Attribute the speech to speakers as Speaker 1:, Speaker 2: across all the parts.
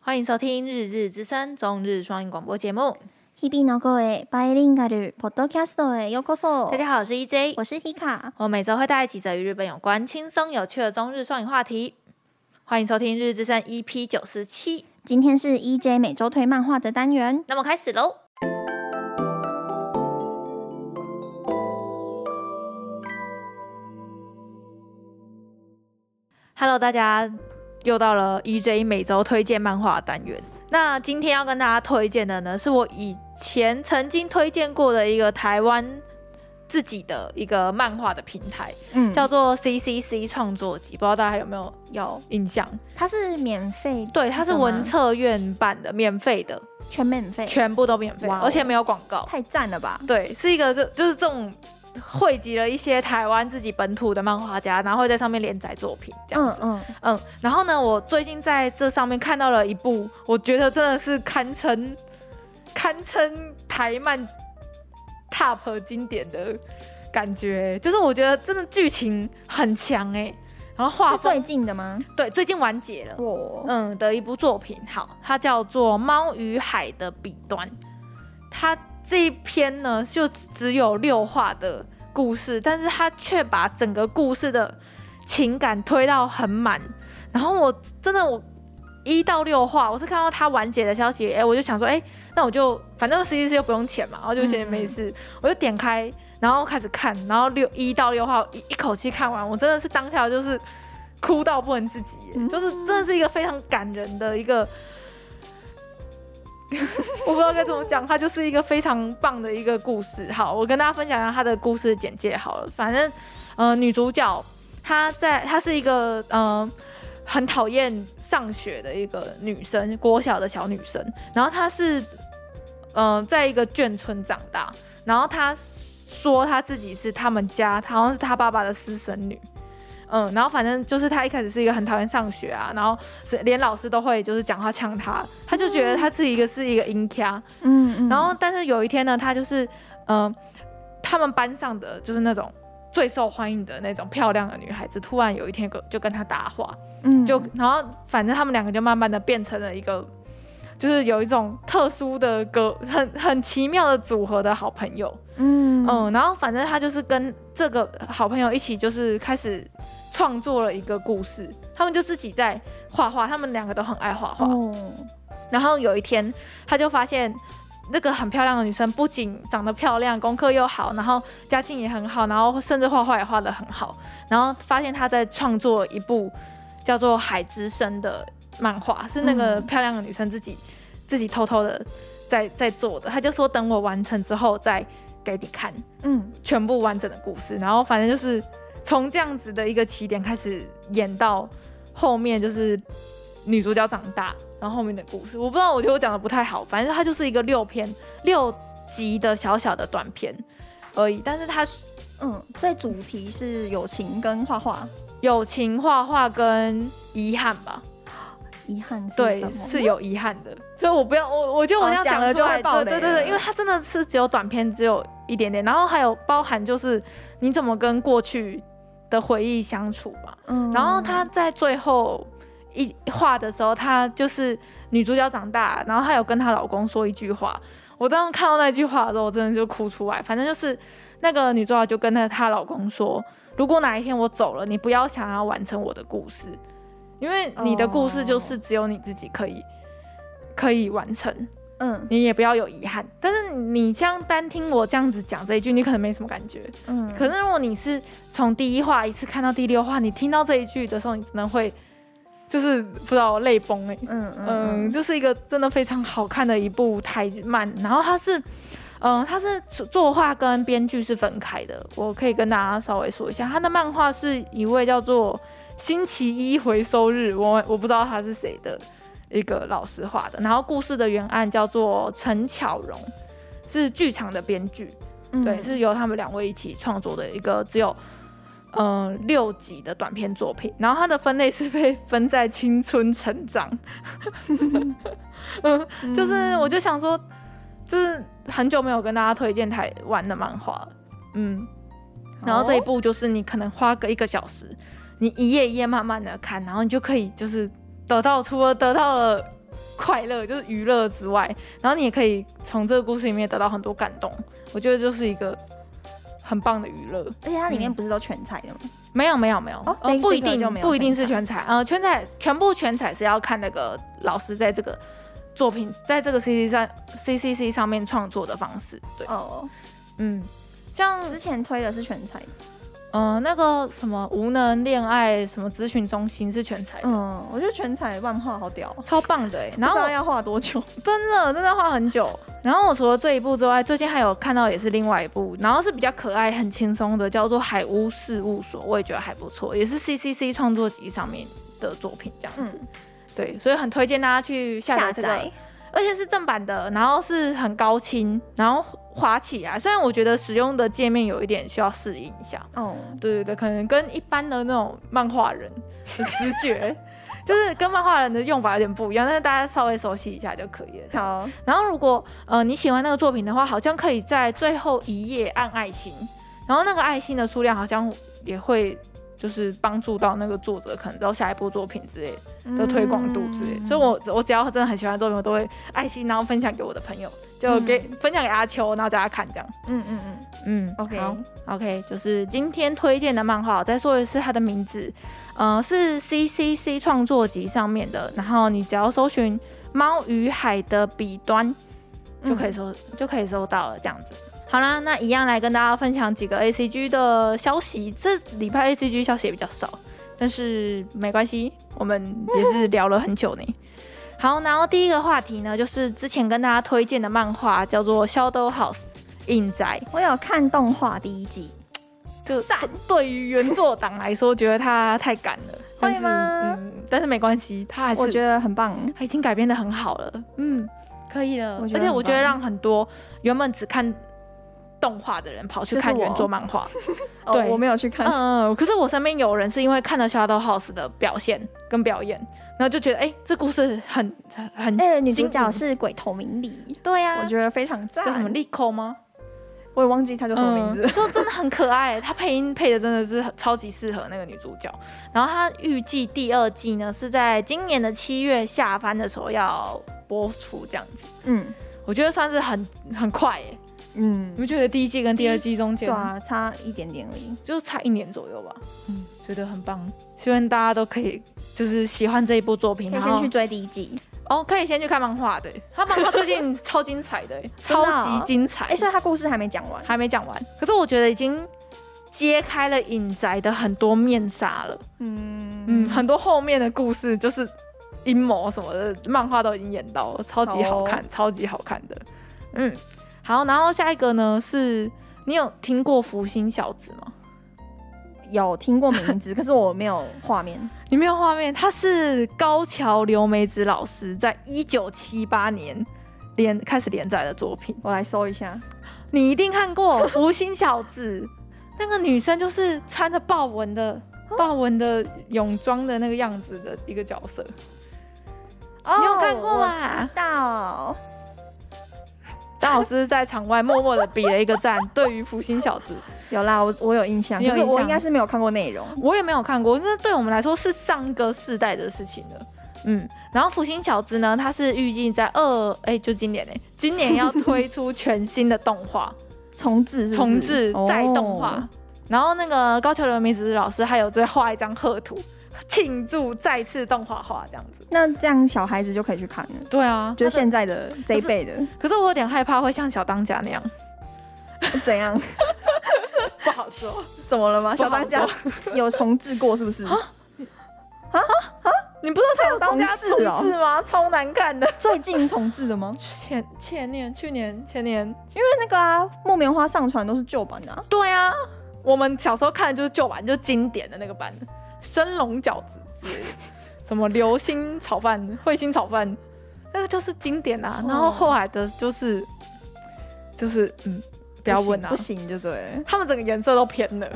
Speaker 1: 欢迎收听《日日之声》中日双语广播节目。
Speaker 2: 日々の声バイリンガルポッドキャストへようこそ
Speaker 1: 大。家好，我是 EJ，
Speaker 2: 我是 Hika。
Speaker 1: 我每周会带来几则与日本有关、轻松有趣的中日双语话题。欢迎收听《日日之声》EP 九十七。
Speaker 2: 今天是 E EJ 每周推漫画的单元。
Speaker 1: 那么开始喽。Hello，大家又到了 EJ 每周推荐漫画的单元。那今天要跟大家推荐的呢，是我以前曾经推荐过的一个台湾自己的一个漫画的平台，
Speaker 2: 嗯，
Speaker 1: 叫做 CCC 创作集，不知道大家有没有
Speaker 2: 有，
Speaker 1: 印象？
Speaker 2: 它是免费，
Speaker 1: 对，它是
Speaker 2: 懂
Speaker 1: 文
Speaker 2: 吗
Speaker 1: 策院办的，免费的，
Speaker 2: 全免费，
Speaker 1: 全部都免费，
Speaker 2: 哇哦
Speaker 1: 而且没有广告。
Speaker 2: 太赞了吧？
Speaker 1: 对，是一个这就是这种汇集了一些台湾自己本土的漫画家，然后会在上面连载作品这样
Speaker 2: 嗯
Speaker 1: 子。
Speaker 2: 嗯，
Speaker 1: 嗯然后呢，我最近在这上面看到了一部，我觉得真的是堪称堪称台漫 top 经典的感觉，就是我觉得真的剧情很强哎、然后画
Speaker 2: 是最
Speaker 1: 风
Speaker 2: 近的吗？
Speaker 1: 对最近完结了。
Speaker 2: 我
Speaker 1: 嗯的一部作品，好，它叫做《猫与海的彼端》。它这一篇呢，就只有六话的故事，但是它却把整个故事的情感推到很满。然后我真的我一到六话，我是看到它完结的消息，哎、我就想说，哎、那我就反正 C D C 又不用钱嘛，然后就闲着没事，我就点开，然后开始看，然后六一到六话一一口气看完，我真的是当下就是哭到不能自己耶，
Speaker 2: 嗯
Speaker 1: 就是真的是一个非常感人的一个。 我不知道该怎么讲，它就是一个非常棒的一个故事。好，我跟大家分享一下它的故事简介好了。反正，呃，女主角她在她是一个呃很讨厌上学的一个女生，国小的小女生。然后她是嗯、呃在一个眷村长大，然后她说她自己是他们家，好像是她爸爸的私生女。嗯，然后反正就是她一开始是一个很讨厌上学啊，然后是连老师都会就是讲话呛她，她就觉得她自己一个是一个阴咖，
Speaker 2: 嗯嗯，
Speaker 1: 然后但是有一天呢，她就是嗯、呃他们班上的就是那种最受欢迎的那种漂亮的女孩子，突然有一天跟就跟她搭话，
Speaker 2: 嗯
Speaker 1: 就然后反正他们两个就慢慢的变成了一个，就是有一种特殊的个很很奇妙的组合的好朋友，
Speaker 2: 嗯
Speaker 1: 嗯，然后反正他就是跟这个好朋友一起，就是开始创作了一个故事，他们就自己在画画，他们两个都很爱画画，
Speaker 2: 哦，
Speaker 1: 然后有一天，他就发现那个很漂亮的女生不仅长得漂亮，功课又好，然后家境也很好，然后甚至画画也画得很好。然后发现他在创作一部叫做《海之声》的漫画，是那个
Speaker 2: 嗯
Speaker 1: 漂亮的女生自己、自己偷偷的在在做的。他就说等我完成之后再给你看
Speaker 2: 嗯
Speaker 1: 全部完整的故事。然后反正就是从这样子的一个起点开始演到后面，就是女主角长大，然后后面的故事，我不知道，我觉得我讲的不太好，反正它就是一个六篇 六集的小小的短片而已，但是它
Speaker 2: 嗯，所以主题是友情跟画画，
Speaker 1: 友情、画画跟遗憾吧，
Speaker 2: 遗憾是
Speaker 1: 对
Speaker 2: 什，么？
Speaker 1: 是有遗憾的，所以我不要我我觉得我
Speaker 2: 哦
Speaker 1: 这样
Speaker 2: 讲了
Speaker 1: 出
Speaker 2: 就会
Speaker 1: 来，对
Speaker 2: 爆
Speaker 1: 对
Speaker 2: 雷
Speaker 1: 对对，
Speaker 2: 了
Speaker 1: 因为它真的是只有短片，只有一点点，然后还有包含就是你怎么跟过去的回忆相处吧，
Speaker 2: 嗯
Speaker 1: 然后他在最后一画的时候，他就是女主角长大，然后她有跟她老公说一句话。我当时看到那句话的时候，我真的就哭出来。反正就是那个女主角就跟她她老公说，如果哪一天我走了，你不要想要完成我的故事，因为你的故事就是只有你自己可以可以完成，
Speaker 2: 嗯
Speaker 1: 你也不要有遗憾。但是你这样单听我这样子讲这一句，你可能没什么感觉，
Speaker 2: 嗯，
Speaker 1: 可是如果你是从第一话一次看到第六话，你听到这一句的时候，你真的会就是不知道泪崩哎、
Speaker 2: 嗯
Speaker 1: 嗯，
Speaker 2: 嗯
Speaker 1: 就是一个真的非常好看的一部台漫，然后它是。嗯，它是作画跟编剧是分开的，我可以跟大家稍微说一下，它的漫画是一位叫做星期一回收日，我我不知道他是谁的一个老师画的，然后故事的原案叫做陈巧荣，是剧场的编剧，
Speaker 2: 嗯，
Speaker 1: 对，是由他们两位一起创作的一个只有嗯、呃六集的短片作品。然后它的分类是被分在青春成长，嗯，
Speaker 2: 嗯
Speaker 1: 就是我就想说，就是很久没有跟大家推荐台湾的漫画了，嗯，然后这一
Speaker 2: 好
Speaker 1: 部就是你可能花个一个小时，你一页一页慢慢的看，然后你就可以就是得到除了得到了快乐，就是娱乐之外，然后你也可以从这个故事里面得到很多感动。我觉得就是一个很棒的娱乐。
Speaker 2: 而且它里
Speaker 1: 嗯
Speaker 2: 面不是都全彩的吗？
Speaker 1: 没有没有没有，
Speaker 2: 哦
Speaker 1: 呃
Speaker 2: 这
Speaker 1: 不一
Speaker 2: 这个就
Speaker 1: 定
Speaker 2: 没有
Speaker 1: 不一定是
Speaker 2: 全
Speaker 1: 全彩，呃，全彩全部全彩是要看那个老师在这个作品在这个 C C 上 C C C 上面创作的方式。对，
Speaker 2: 哦，
Speaker 1: 嗯，像
Speaker 2: 之前推的是全彩的，
Speaker 1: 呃那个什么无能恋爱什么咨询中心是全彩的。
Speaker 2: 嗯，我觉得全彩漫画好屌，啊
Speaker 1: 超棒的哎、欸，然
Speaker 2: 不
Speaker 1: 后
Speaker 2: 知道要画多久？
Speaker 1: 真的真的画很久。然后我除了这一部之外，最近还有看到也是另外一部，然后是比较可爱、很轻松的，叫做《海屋事务所》，我也觉得还不错，也是 C C C 创作集上面的作品这样子。
Speaker 2: 嗯，
Speaker 1: 对，所以很推荐大家去下载这个，而且是正版的，然后是很高清，然后滑起来。虽然我觉得使用的界面有一点需要适应一下，
Speaker 2: 哦，
Speaker 1: 对对对，可能跟一般的那种漫画人的直 觉，就是跟漫画人的用法有点不一样，但是大家稍微熟悉一下就可以了。
Speaker 2: 好，
Speaker 1: 然后如果呃你喜欢那个作品的话，好像可以在最后一页按爱心，然后那个爱心的数量好像也会就是帮助到那个作者，可能到下一部作品之类的。
Speaker 2: 嗯
Speaker 1: 的推广度之类。所以
Speaker 2: 我
Speaker 1: 我我只要真的很喜欢作品，我都会爱心，然后分享给我的朋友，就给、分享给阿秋，然后叫他看这样。
Speaker 2: 嗯嗯嗯，
Speaker 1: 嗯
Speaker 2: OK
Speaker 1: 好 OK，就是今天推荐的漫画，我再说一次它的名字，呃，是 C C C 创作集上面的，然后你只要搜寻《猫与海的彼端》
Speaker 2: 嗯
Speaker 1: 就可以收、就可以收到了，这样子。嗯好啦，那一样来跟大家分享几个 A C G 的消息。这礼拜 A C G 消息也比较少，但是没关系，我们也 是聊了很久呢。好，然后第一个话题呢，就是之前跟大家推荐的漫画叫做《Shadow House》印宅，
Speaker 2: 我有看动画第一季，
Speaker 1: 就对 对于原作党来说，觉得它太赶了，但是
Speaker 2: 会吗
Speaker 1: 嗯，但是没关系，它还是
Speaker 2: 我觉得很棒，
Speaker 1: 它已经改编的很好了，嗯，可以了。
Speaker 2: 我觉
Speaker 1: 而
Speaker 2: 得
Speaker 1: 且
Speaker 2: 很
Speaker 1: 我觉得
Speaker 2: 棒
Speaker 1: 让很多原本只看动画的人跑去
Speaker 2: 就是
Speaker 1: 看原
Speaker 2: 我
Speaker 1: 作漫 画，
Speaker 2: 哦
Speaker 1: 对
Speaker 2: 我没有去看，
Speaker 1: 嗯嗯，可是我身边有人是因为看了 Shadow House 的表现跟表演，然后就觉得哎、这故事很很
Speaker 2: 哎，女主
Speaker 1: 新
Speaker 2: 角
Speaker 1: 颖
Speaker 2: 是鬼头明里，
Speaker 1: 对呀、
Speaker 2: 我觉得非常赞，
Speaker 1: 叫什么利口吗？
Speaker 2: 我也忘记她叫什么名字
Speaker 1: 嗯，就真的很可爱。她配音配的真的是很超级适合那个女主角。然后她预计第二季呢是在今年的七月下番的时候要播出，这样子，
Speaker 2: 嗯
Speaker 1: 我觉得算是很很快耶。你
Speaker 2: 嗯，
Speaker 1: 们觉得第一季跟第二季中间
Speaker 2: 对啊，差一点点而已，
Speaker 1: 就差一年左右吧？嗯，觉得很棒，希望大家都可以就是喜欢这一部作品，
Speaker 2: 可以
Speaker 1: 然
Speaker 2: 先
Speaker 1: 后
Speaker 2: 去追第一季。
Speaker 1: 哦，可以先去看漫画对，他漫画最近超精彩的耶，
Speaker 2: 真的哦
Speaker 1: 超级精彩
Speaker 2: 哎、，所以他故事还没讲完。
Speaker 1: 还没讲完，可是我觉得已经揭开了影宅的很多面纱了。
Speaker 2: 嗯
Speaker 1: 嗯，很多后面的故事就是阴谋什么的，漫画都已经演到了，超级好看，
Speaker 2: 好
Speaker 1: 超级好看的。哦嗯，好，然后下一个呢是，你有听过福星小子吗？
Speaker 2: 有听过名字，可是我没有画面。
Speaker 1: 你没有画面，他是高桥留美子老师在一九七八年连开始连载的作品，
Speaker 2: 我来搜一下。
Speaker 1: 你一定看过《福星小 子》，那个女生就是穿着豹纹的豹纹的泳装的那个样子的一个角色，
Speaker 2: 哦
Speaker 1: 你有看过？
Speaker 2: 我
Speaker 1: 吗
Speaker 2: 知？道，
Speaker 1: 张老师在场外默默的比了一个赞， 对于福星小子，
Speaker 2: 有啦，我我有印象，
Speaker 1: 你有
Speaker 2: 可是
Speaker 1: 印
Speaker 2: 我
Speaker 1: 象
Speaker 2: 应该是没有看过内容。
Speaker 1: 我也没有看过，那对我们来说是上个世代的事情了。嗯，然后福星小子呢，它是预计在二哎、就今年哎、今年要推出全新的动画，
Speaker 2: 重置 是不是
Speaker 1: 重置再动画。
Speaker 2: 哦
Speaker 1: 然后那个高桥留美子老师还有在画一张贺图，庆祝再次动画化这样子。
Speaker 2: 那这样小孩子就可以去看了。
Speaker 1: 对啊，
Speaker 2: 就是
Speaker 1: 是
Speaker 2: 现在的这一辈的
Speaker 1: 可是我有点害怕会像小当家那样，
Speaker 2: 怎样？
Speaker 1: 不好说。啊
Speaker 2: 怎么了吗？
Speaker 1: 不
Speaker 2: 小
Speaker 1: 好
Speaker 2: 当家有重置过是不是？
Speaker 1: 你不知道小当家
Speaker 2: 还有重置哦
Speaker 1: 重置吗？超难看的。
Speaker 2: 最近重置的吗？
Speaker 1: 前前年、去年、前年，
Speaker 2: 因为那个啊，木棉花上传都是旧版的、啊。
Speaker 1: 对啊，我们小时候看的就是旧版，就是经典的那个版，生龙饺子之类的，什么流星炒饭、彗星炒饭，那个就是经典啊。
Speaker 2: 哦
Speaker 1: 然后后来的就是就是嗯，不要问啊，
Speaker 2: 不行不行就对了。
Speaker 1: 他们整个颜色都偏 了。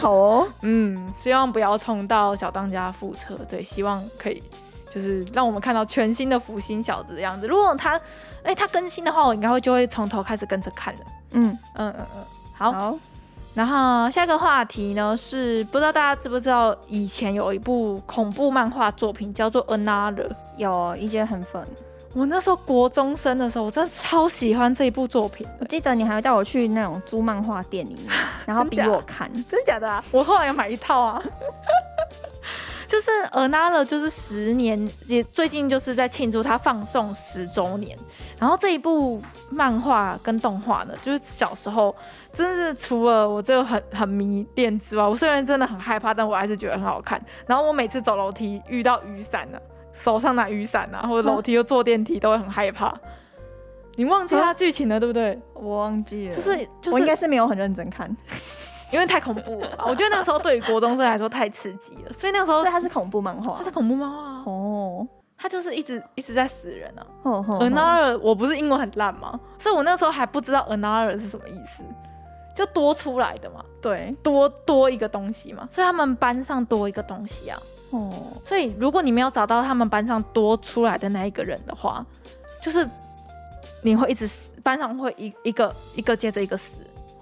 Speaker 2: 好哦，
Speaker 1: 嗯，希望不要冲到小当家复车，对，希望可以就是让我们看到全新的福星小子的样子。如果他哎、他更新的话，我应该会就会从头开始跟着看的。
Speaker 2: 嗯，
Speaker 1: 嗯嗯嗯，好
Speaker 2: 好，
Speaker 1: 然后下一个话题呢是，不知道大家知不知道，以前有一部恐怖漫画作品叫做《Another》。
Speaker 2: 有一觉很粉。
Speaker 1: 我那时候国中生的时候，我真的超喜欢这一部作品，
Speaker 2: 我记得你还会带我去那种租漫画店里 面，然后逼
Speaker 1: 真假
Speaker 2: 我看。
Speaker 1: 真的假的啊？我后来有买一套啊。 就是呃《Another》就是十年，也最近就是在庆祝它放送十周年。然后这一部漫画跟动画呢，就是小时候真是除了我这个很很迷恋之外，我虽然真的很害怕，但我还是觉得很好看。然后我每次走楼梯遇到雨伞呢、手上拿雨伞啊，或者楼梯又坐电梯，都会很害怕。你忘记它剧情了，对不对？
Speaker 2: 我忘记了，
Speaker 1: 就是就是
Speaker 2: 我应该是没有很认真看，
Speaker 1: 因为太恐怖了吧， 我觉得那个时候对于国中生来说太刺激了，所以那个时候
Speaker 2: 所以它是恐怖漫
Speaker 1: 哦
Speaker 2: 画
Speaker 1: 它。是恐怖漫画啊，
Speaker 2: 哦，
Speaker 1: 它就是一直一直在死人啊。
Speaker 2: 哦吼
Speaker 1: Another，我不是英文很烂吗？所以我那时候还不知道 another 是什么意思，就多出来的嘛，
Speaker 2: 对，
Speaker 1: 多多一个东西嘛，所以他们班上多一个东西啊。
Speaker 2: 哦，
Speaker 1: 所以如果你没有找到他们班上多出来的那一个人的话，就是你会一直死，班上会一一个一个接着一个死，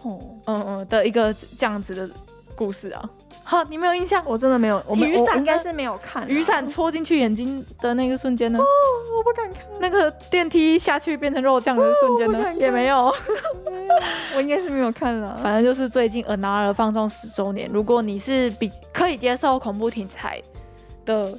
Speaker 2: 哦，
Speaker 1: 嗯嗯的一个这样子的故事啊。好，你没有印象？
Speaker 2: 我真的没有，我没
Speaker 1: 雨伞
Speaker 2: 我
Speaker 1: 呢
Speaker 2: 应该是没有看啊
Speaker 1: 雨伞戳进去眼睛的那个瞬间呢？
Speaker 2: 我不敢看，
Speaker 1: 那个电梯下去变成肉酱的瞬间
Speaker 2: 哦我不
Speaker 1: 呢？
Speaker 2: 敢看
Speaker 1: 也没有。
Speaker 2: 我应该是没有看了。
Speaker 1: 反正就是最近 Another 放送十周年，如果你是比可以接受恐怖题材的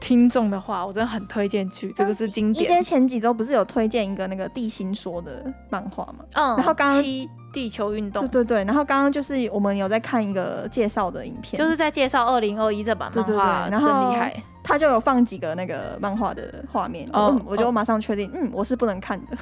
Speaker 1: 听众的话，我真的很推荐去，这个是经
Speaker 2: 一杰
Speaker 1: 典。
Speaker 2: 前几周不是有推荐一个那个地心说的漫画吗？
Speaker 1: 嗯，
Speaker 2: 然后刚刚
Speaker 1: 七地球运动
Speaker 2: 对，对对，然后刚刚就是我们有在看一个介绍的影片，
Speaker 1: 就是在介绍二零二一这版漫画，
Speaker 2: 对对对然后
Speaker 1: 真厉害。
Speaker 2: 他就有放几个那个漫画的画面，
Speaker 1: 哦
Speaker 2: 嗯我就
Speaker 1: 哦
Speaker 2: 马上确定，嗯，我是不能看的。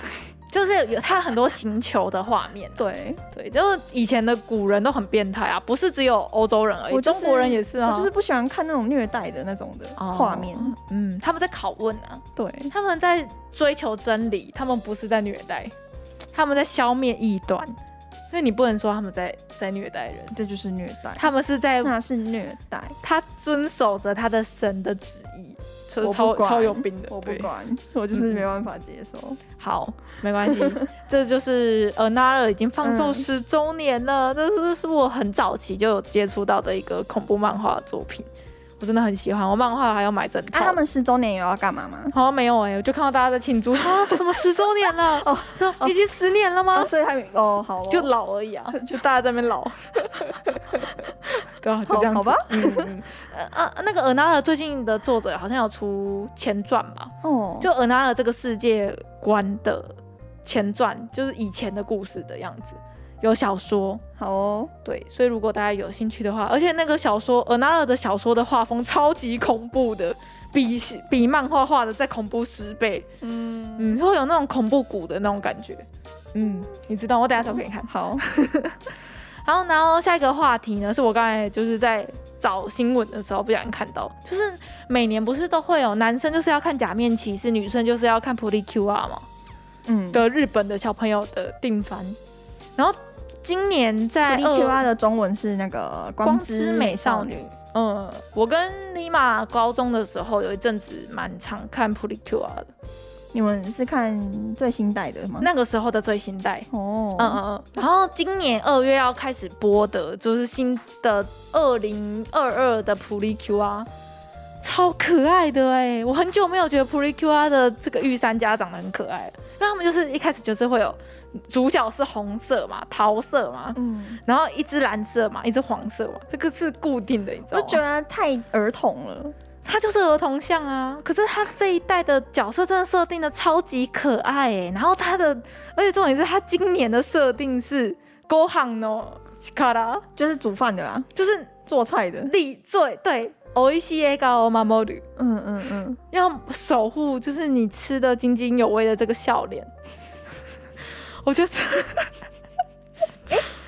Speaker 1: 就是有它很多星球的画面，
Speaker 2: 对，
Speaker 1: 对，就是以前的古人都很变态啊，不是只有欧洲人而已，
Speaker 2: 我就
Speaker 1: 中
Speaker 2: 是
Speaker 1: 国人也是啊，
Speaker 2: 我就是不喜欢看那种虐待的那种的
Speaker 1: 哦
Speaker 2: 画面。
Speaker 1: 嗯，他们在拷问啊，
Speaker 2: 对，
Speaker 1: 他们在追求真理，他们不是在虐待，他们在消灭异端，所以你不能说他们在在虐待人，
Speaker 2: 这就是虐待，
Speaker 1: 他们是在
Speaker 2: 那是虐待，
Speaker 1: 他遵守着他的神的旨意，就是
Speaker 2: 我不
Speaker 1: 超
Speaker 2: 管
Speaker 1: 超有病的，
Speaker 2: 我不
Speaker 1: 对
Speaker 2: 管，我就是没办法接受。
Speaker 1: 好，没 关系，这就是 Another 已经放送
Speaker 2: 嗯
Speaker 1: 十周年了，这是是我很早期就有接触到的一个恐怖漫画作品，我真的很喜欢，我漫画还要买整
Speaker 2: 啊，
Speaker 1: 套。
Speaker 2: 他们十周年有要干嘛吗？
Speaker 1: 好像没有哎、我就看到大家在庆祝啊，什么十周年了？
Speaker 2: 哦
Speaker 1: 哦，已经十年了吗
Speaker 2: 啊，？所以他们哦，好哦，
Speaker 1: 就老而已啊， 就大家在那边老，对啊，就这样子
Speaker 2: 好好吧。
Speaker 1: 嗯嗯嗯呃呃，那个 Another 最近的作者好像有出前传吧？
Speaker 2: 哦，
Speaker 1: 就 Another 这个世界观的前传，就是以前的故事的样子，有小说。
Speaker 2: 好哦，
Speaker 1: 对，所以如果大家有兴趣的话，而且那个小说 Another 的小说的画风超级恐怖的，比比漫画画的再恐怖十倍，
Speaker 2: 嗯，
Speaker 1: 嗯，会有那种恐怖谷的那种感觉，嗯，你知道，我等
Speaker 2: 哦
Speaker 1: 一下找给你看。
Speaker 2: 好，
Speaker 1: 然后，然后下一个话题呢，是我刚才就是在找新闻的时候不小心看到，就是每年不是都会有男生就是要看《假面骑士》，女生就是要看《普利 Q R》嘛
Speaker 2: 嗯，
Speaker 1: 的日本的小朋友的定番，然后今年在
Speaker 2: 利
Speaker 1: 二
Speaker 2: Q R 的中文是那个
Speaker 1: 光
Speaker 2: 之
Speaker 1: 之美少
Speaker 2: 女
Speaker 1: 女，嗯，我跟尼玛高中的时候有一阵子蛮常看《普利 Q R》的，
Speaker 2: 你们是看最新代的吗？
Speaker 1: 那个时候的最新代。
Speaker 2: 哦，
Speaker 1: 嗯嗯嗯，然后今年二月要开始播的，就是新的二零二二的普利 Q 啊，超可爱的哎、我很久没有觉得普利 Q 啊的这个御三家长得很可爱了，因为他们就是一开始就是会有主角是红色嘛、桃色嘛，
Speaker 2: 嗯，
Speaker 1: 然后一只蓝色嘛，一只黄色嘛，这个是固定的，你知道
Speaker 2: 我
Speaker 1: 吗？
Speaker 2: 觉得太儿童了，
Speaker 1: 他就是儿童像啊，可是他这一代的角色真的设定的超级可爱哎、然后他的，而且重点是他今年的设定是 Go Han no Chikara，
Speaker 2: 就是煮饭的啦，
Speaker 1: 就是
Speaker 2: 做菜的，
Speaker 1: 力最对 o i s h i e ga o m a m o r
Speaker 2: 嗯嗯嗯，
Speaker 1: 要守护就是你吃的津津有味的这个笑脸。 我觉得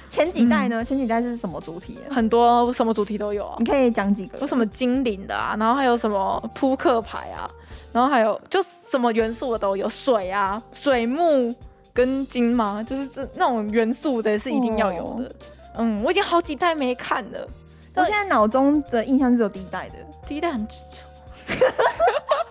Speaker 2: 前几代呢？前几代是什么主题啊？
Speaker 1: 很多什么主题都有啊
Speaker 2: 你，可以讲几个
Speaker 1: 有？什么精灵的啊，然后还有什么扑克牌啊，然后还有就什么元素的都有，水啊、水木跟金嘛，就是这那种元素的是一定要有的。
Speaker 2: 哦
Speaker 1: 嗯，我已经好几代没看了，
Speaker 2: 我现在脑中的印象只有第一代的，
Speaker 1: 第一代很执着。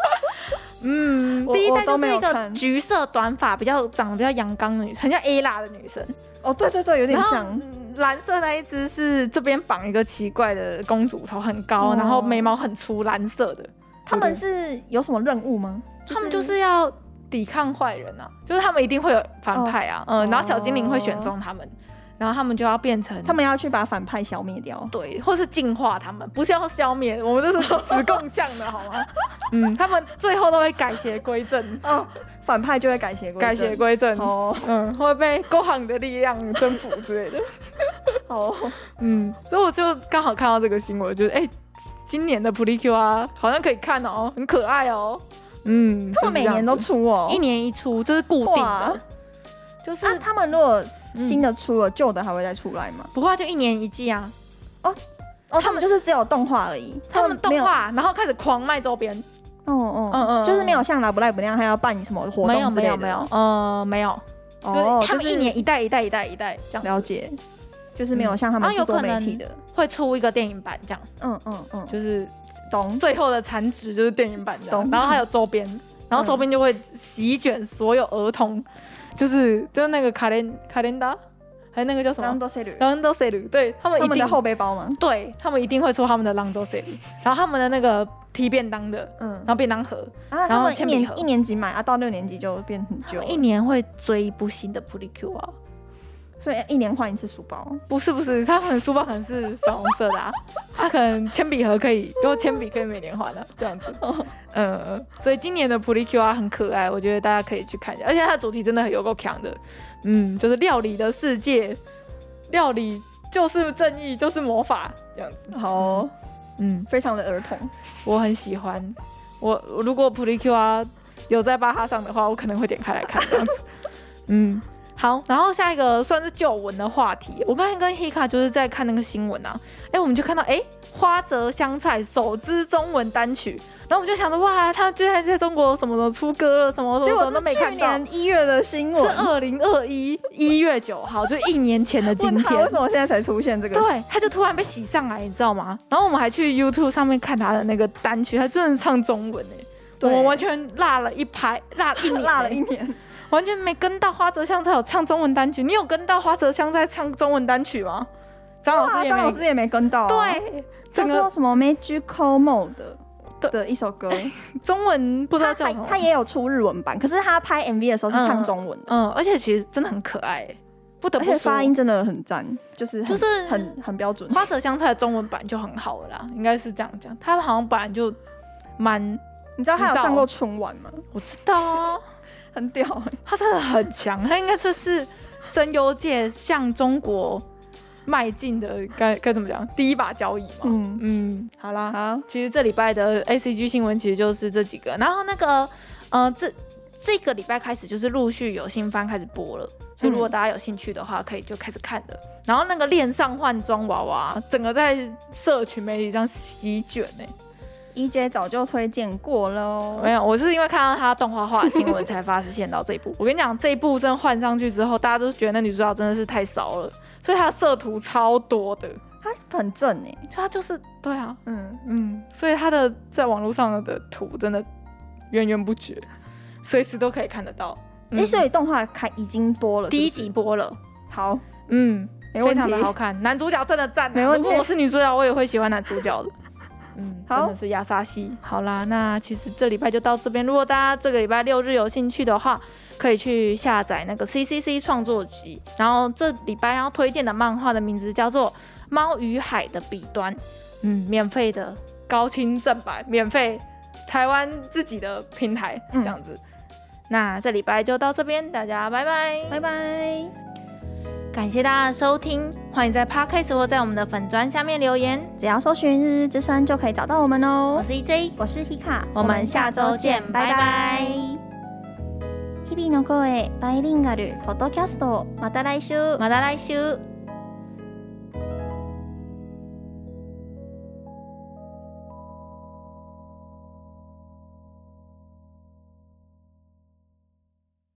Speaker 1: 嗯，
Speaker 2: 我
Speaker 1: 第一代
Speaker 2: 我都
Speaker 1: 就
Speaker 2: 没
Speaker 1: 是
Speaker 2: 有
Speaker 1: 一个
Speaker 2: 看
Speaker 1: 橘色短发，比较长得比较阳刚的女生，很像 A 辣的女生，
Speaker 2: 哦，对对对，有点
Speaker 1: 然后
Speaker 2: 像，
Speaker 1: 嗯蓝色那一只是这边绑一个奇怪的公主头，很高，
Speaker 2: 哦
Speaker 1: 然后眉毛很粗，蓝色的。
Speaker 2: 他们是有什么任务吗？
Speaker 1: 他们就是要抵抗坏人啊，就是他们一定会有反派啊，
Speaker 2: 哦
Speaker 1: 嗯、然后小精灵会选中他们，然后他们就要变成
Speaker 2: 他们要去把反派消灭掉。
Speaker 1: 对，或是净化他们，不是要消灭，我们这是子共向的好 吗？嗯，他们最后都会改邪归正，
Speaker 2: 哦，反派就会改邪归正
Speaker 1: 改邪归正，
Speaker 2: 哦
Speaker 1: 嗯，会被勾行的力量征服之类的。
Speaker 2: 哦，
Speaker 1: 嗯，所以我就刚好看到这个新闻，我觉得哎、今年的 p r i Q 啊，好像可以看哦，很可爱哦。嗯，
Speaker 2: 他们
Speaker 1: 就是
Speaker 2: 每
Speaker 1: 这样
Speaker 2: 年都
Speaker 1: 子
Speaker 2: 出哦，
Speaker 1: 一年一出，这、是固定
Speaker 2: 哇
Speaker 1: 的，就是、
Speaker 2: 啊，他们如果新的出了，旧的还会再出来吗？
Speaker 1: 不过就一年一季啊。
Speaker 2: 哦，他们就是只有动画而已，
Speaker 1: 他们
Speaker 2: 没
Speaker 1: 动
Speaker 2: 有，
Speaker 1: 画，然后开始狂卖周边，
Speaker 2: 哦哦
Speaker 1: 嗯嗯嗯
Speaker 2: 就是没有像拉布赖布那样还要办什么活动
Speaker 1: 没有
Speaker 2: 之
Speaker 1: 没
Speaker 2: 类的
Speaker 1: 有没有，，呃，没有，就
Speaker 2: 哦，
Speaker 1: 是他们
Speaker 2: 就是
Speaker 1: 一年一代一代一代一代这样
Speaker 2: 了解，就是没有像他
Speaker 1: 嗯
Speaker 2: 们
Speaker 1: 啊
Speaker 2: 是
Speaker 1: 有
Speaker 2: 多
Speaker 1: 可
Speaker 2: 媒
Speaker 1: 能
Speaker 2: 体的，
Speaker 1: 会出一个电影版，这样
Speaker 2: 嗯嗯嗯，
Speaker 1: 就是
Speaker 2: 懂
Speaker 1: 最后的残值就是电影版这样
Speaker 2: 懂，
Speaker 1: 然后还有周 边，然后周边就会席卷所有儿童，就是就是那个卡莲卡莲达，还有那个叫什
Speaker 2: 然后
Speaker 1: 么
Speaker 2: 都 e
Speaker 1: 然后都 C 鲁，对他们
Speaker 2: 他
Speaker 1: 一
Speaker 2: 们
Speaker 1: 定
Speaker 2: 的后背包吗？
Speaker 1: 对他们一定会出他们的朗多 C 鲁，然后他们的那个提便当的，
Speaker 2: 嗯
Speaker 1: 然，后便当盒，
Speaker 2: 啊，
Speaker 1: 然
Speaker 2: 他
Speaker 1: 后
Speaker 2: 们一
Speaker 1: 铅笔
Speaker 2: 年
Speaker 1: 盒哦
Speaker 2: 一年级买啊，到六年级就变很旧了，
Speaker 1: 一年会追一部新的 p r i Q 啊。
Speaker 2: 所以一年换一次书包。
Speaker 1: 不是不是，他们书包可能是粉红色的啊，他可能铅笔盒可以，都铅笔可以每年换的、啊这样子。嗯，所以今年的普利 Q 啊很可爱，我觉得大家可以去看一下，而且它的主题真的很有够强的，嗯，就是料理的世界，料理就是正义，就是魔法这样子。
Speaker 2: 好哦，
Speaker 1: 嗯，
Speaker 2: 非常的儿童。
Speaker 1: 我很喜欢，我我如果普利 Q 啊有在巴哈上的话，我可能会点开来看这样子。嗯。好，然后下一个算是旧闻的话题。我刚才跟 Hika 就是在看那个新闻啊，哎，我们就看到哎，花泽香菜首支中文单曲，然后我们就想着哇，他居然在中国什么的出歌了，什么什
Speaker 2: 结
Speaker 1: 么
Speaker 2: 果
Speaker 1: 什么
Speaker 2: 是
Speaker 1: 哦都没
Speaker 2: 去
Speaker 1: 看到。
Speaker 2: 年一月的新闻，
Speaker 1: 是二零二一一月九号，就一年前的今
Speaker 2: 问他
Speaker 1: 天
Speaker 2: 为。什么现在才出现这个？
Speaker 1: 对，他就突然被洗上来，你知道吗？然后我们还去 YouTube 上面看他的那个单曲，他真的唱中文哎、我
Speaker 2: 对
Speaker 1: 们完全落了一排，落一年、 欸
Speaker 2: 落了一，年。
Speaker 1: 完全没跟到花泽香菜有唱中文单曲。你有跟到花泽香菜唱中文单曲吗？张老师
Speaker 2: 哇
Speaker 1: 哦也
Speaker 2: 张
Speaker 1: 没
Speaker 2: 老师也没跟到、，啊
Speaker 1: 对，
Speaker 2: 叫
Speaker 1: 整
Speaker 2: 做
Speaker 1: 个
Speaker 2: 什么 Magical Mode 的的一首歌，
Speaker 1: 中文 不知道叫
Speaker 2: 他
Speaker 1: 什
Speaker 2: 他
Speaker 1: 么。
Speaker 2: 他也有出日文版，可是他拍 MV 的时候是唱中文的，
Speaker 1: 嗯，而且其实真的很可爱、欸不得
Speaker 2: 而
Speaker 1: 不说
Speaker 2: 且发音真的很赞，就是很
Speaker 1: 就是
Speaker 2: 很很标准。
Speaker 1: 花泽香菜的中文版就很好了啦，应该是这样讲。他们好像本来就蛮
Speaker 2: 你知道他有
Speaker 1: 知道
Speaker 2: 上过春晚吗？
Speaker 1: 我知道啊。
Speaker 2: 很屌、欸，
Speaker 1: 他真的很强，他应该说是声优界向中国迈进的该该怎么讲第一把交椅嘛。
Speaker 2: 嗯，
Speaker 1: 嗯，好啦，
Speaker 2: 好，
Speaker 1: 其实这礼拜的 A C G 新闻其实就是这几个，然后那个呃这这个礼拜开始就是陆续有新番开始播了，所以如果大家有兴趣的话，可以就开始看的。然后那个恋上换装娃娃，整个在社群媒体上席卷欸呢、
Speaker 2: 一姐，E 早就推荐过喽。
Speaker 1: 没有，我是因为看到他动画化的新闻才发现到这一部。我 跟你讲，这一部真的换上去之后，大家都觉得那女主角真的是太骚了，所以她的色图超多的。
Speaker 2: 他很正哎、
Speaker 1: 就她就是对啊，
Speaker 2: 嗯，
Speaker 1: 嗯，所以她的在网络上的图真的源源不绝，随时都可以看得到。
Speaker 2: 哎、
Speaker 1: 嗯
Speaker 2: 所以动画开已经播了是不是
Speaker 1: 第一集播了，
Speaker 2: 好，
Speaker 1: 嗯，
Speaker 2: 没
Speaker 1: 非
Speaker 2: 问题
Speaker 1: 常的好看，男主角真的赞、啊。
Speaker 2: 没问题
Speaker 1: 如果我是女主角，我也会喜欢男主 角的。嗯，
Speaker 2: 好
Speaker 1: 真的是亚沙西。好啦，那其实这礼拜就到这边。如果大家这个礼拜六日有兴趣的话，可以去下载那个 CCC 创作集。然后这礼拜要推荐的漫画的名字叫做《猫与海的彼端》，嗯，免费的高清正版，免费台湾自己的平台、
Speaker 2: 嗯
Speaker 1: 这样子。那这礼拜就到这边，大家拜拜，
Speaker 2: 拜拜。
Speaker 1: 感谢大家的收听，欢迎在 Podcast 或在我们的粉砖下面留言。
Speaker 2: 只要搜寻“日日之声”就可以找到我们哦
Speaker 1: 我。是 E EJ，
Speaker 2: 我是 Hika，
Speaker 1: 我们下周见拜拜
Speaker 3: 日々の声バイリンガルポッドキャストまた来週
Speaker 1: また来週。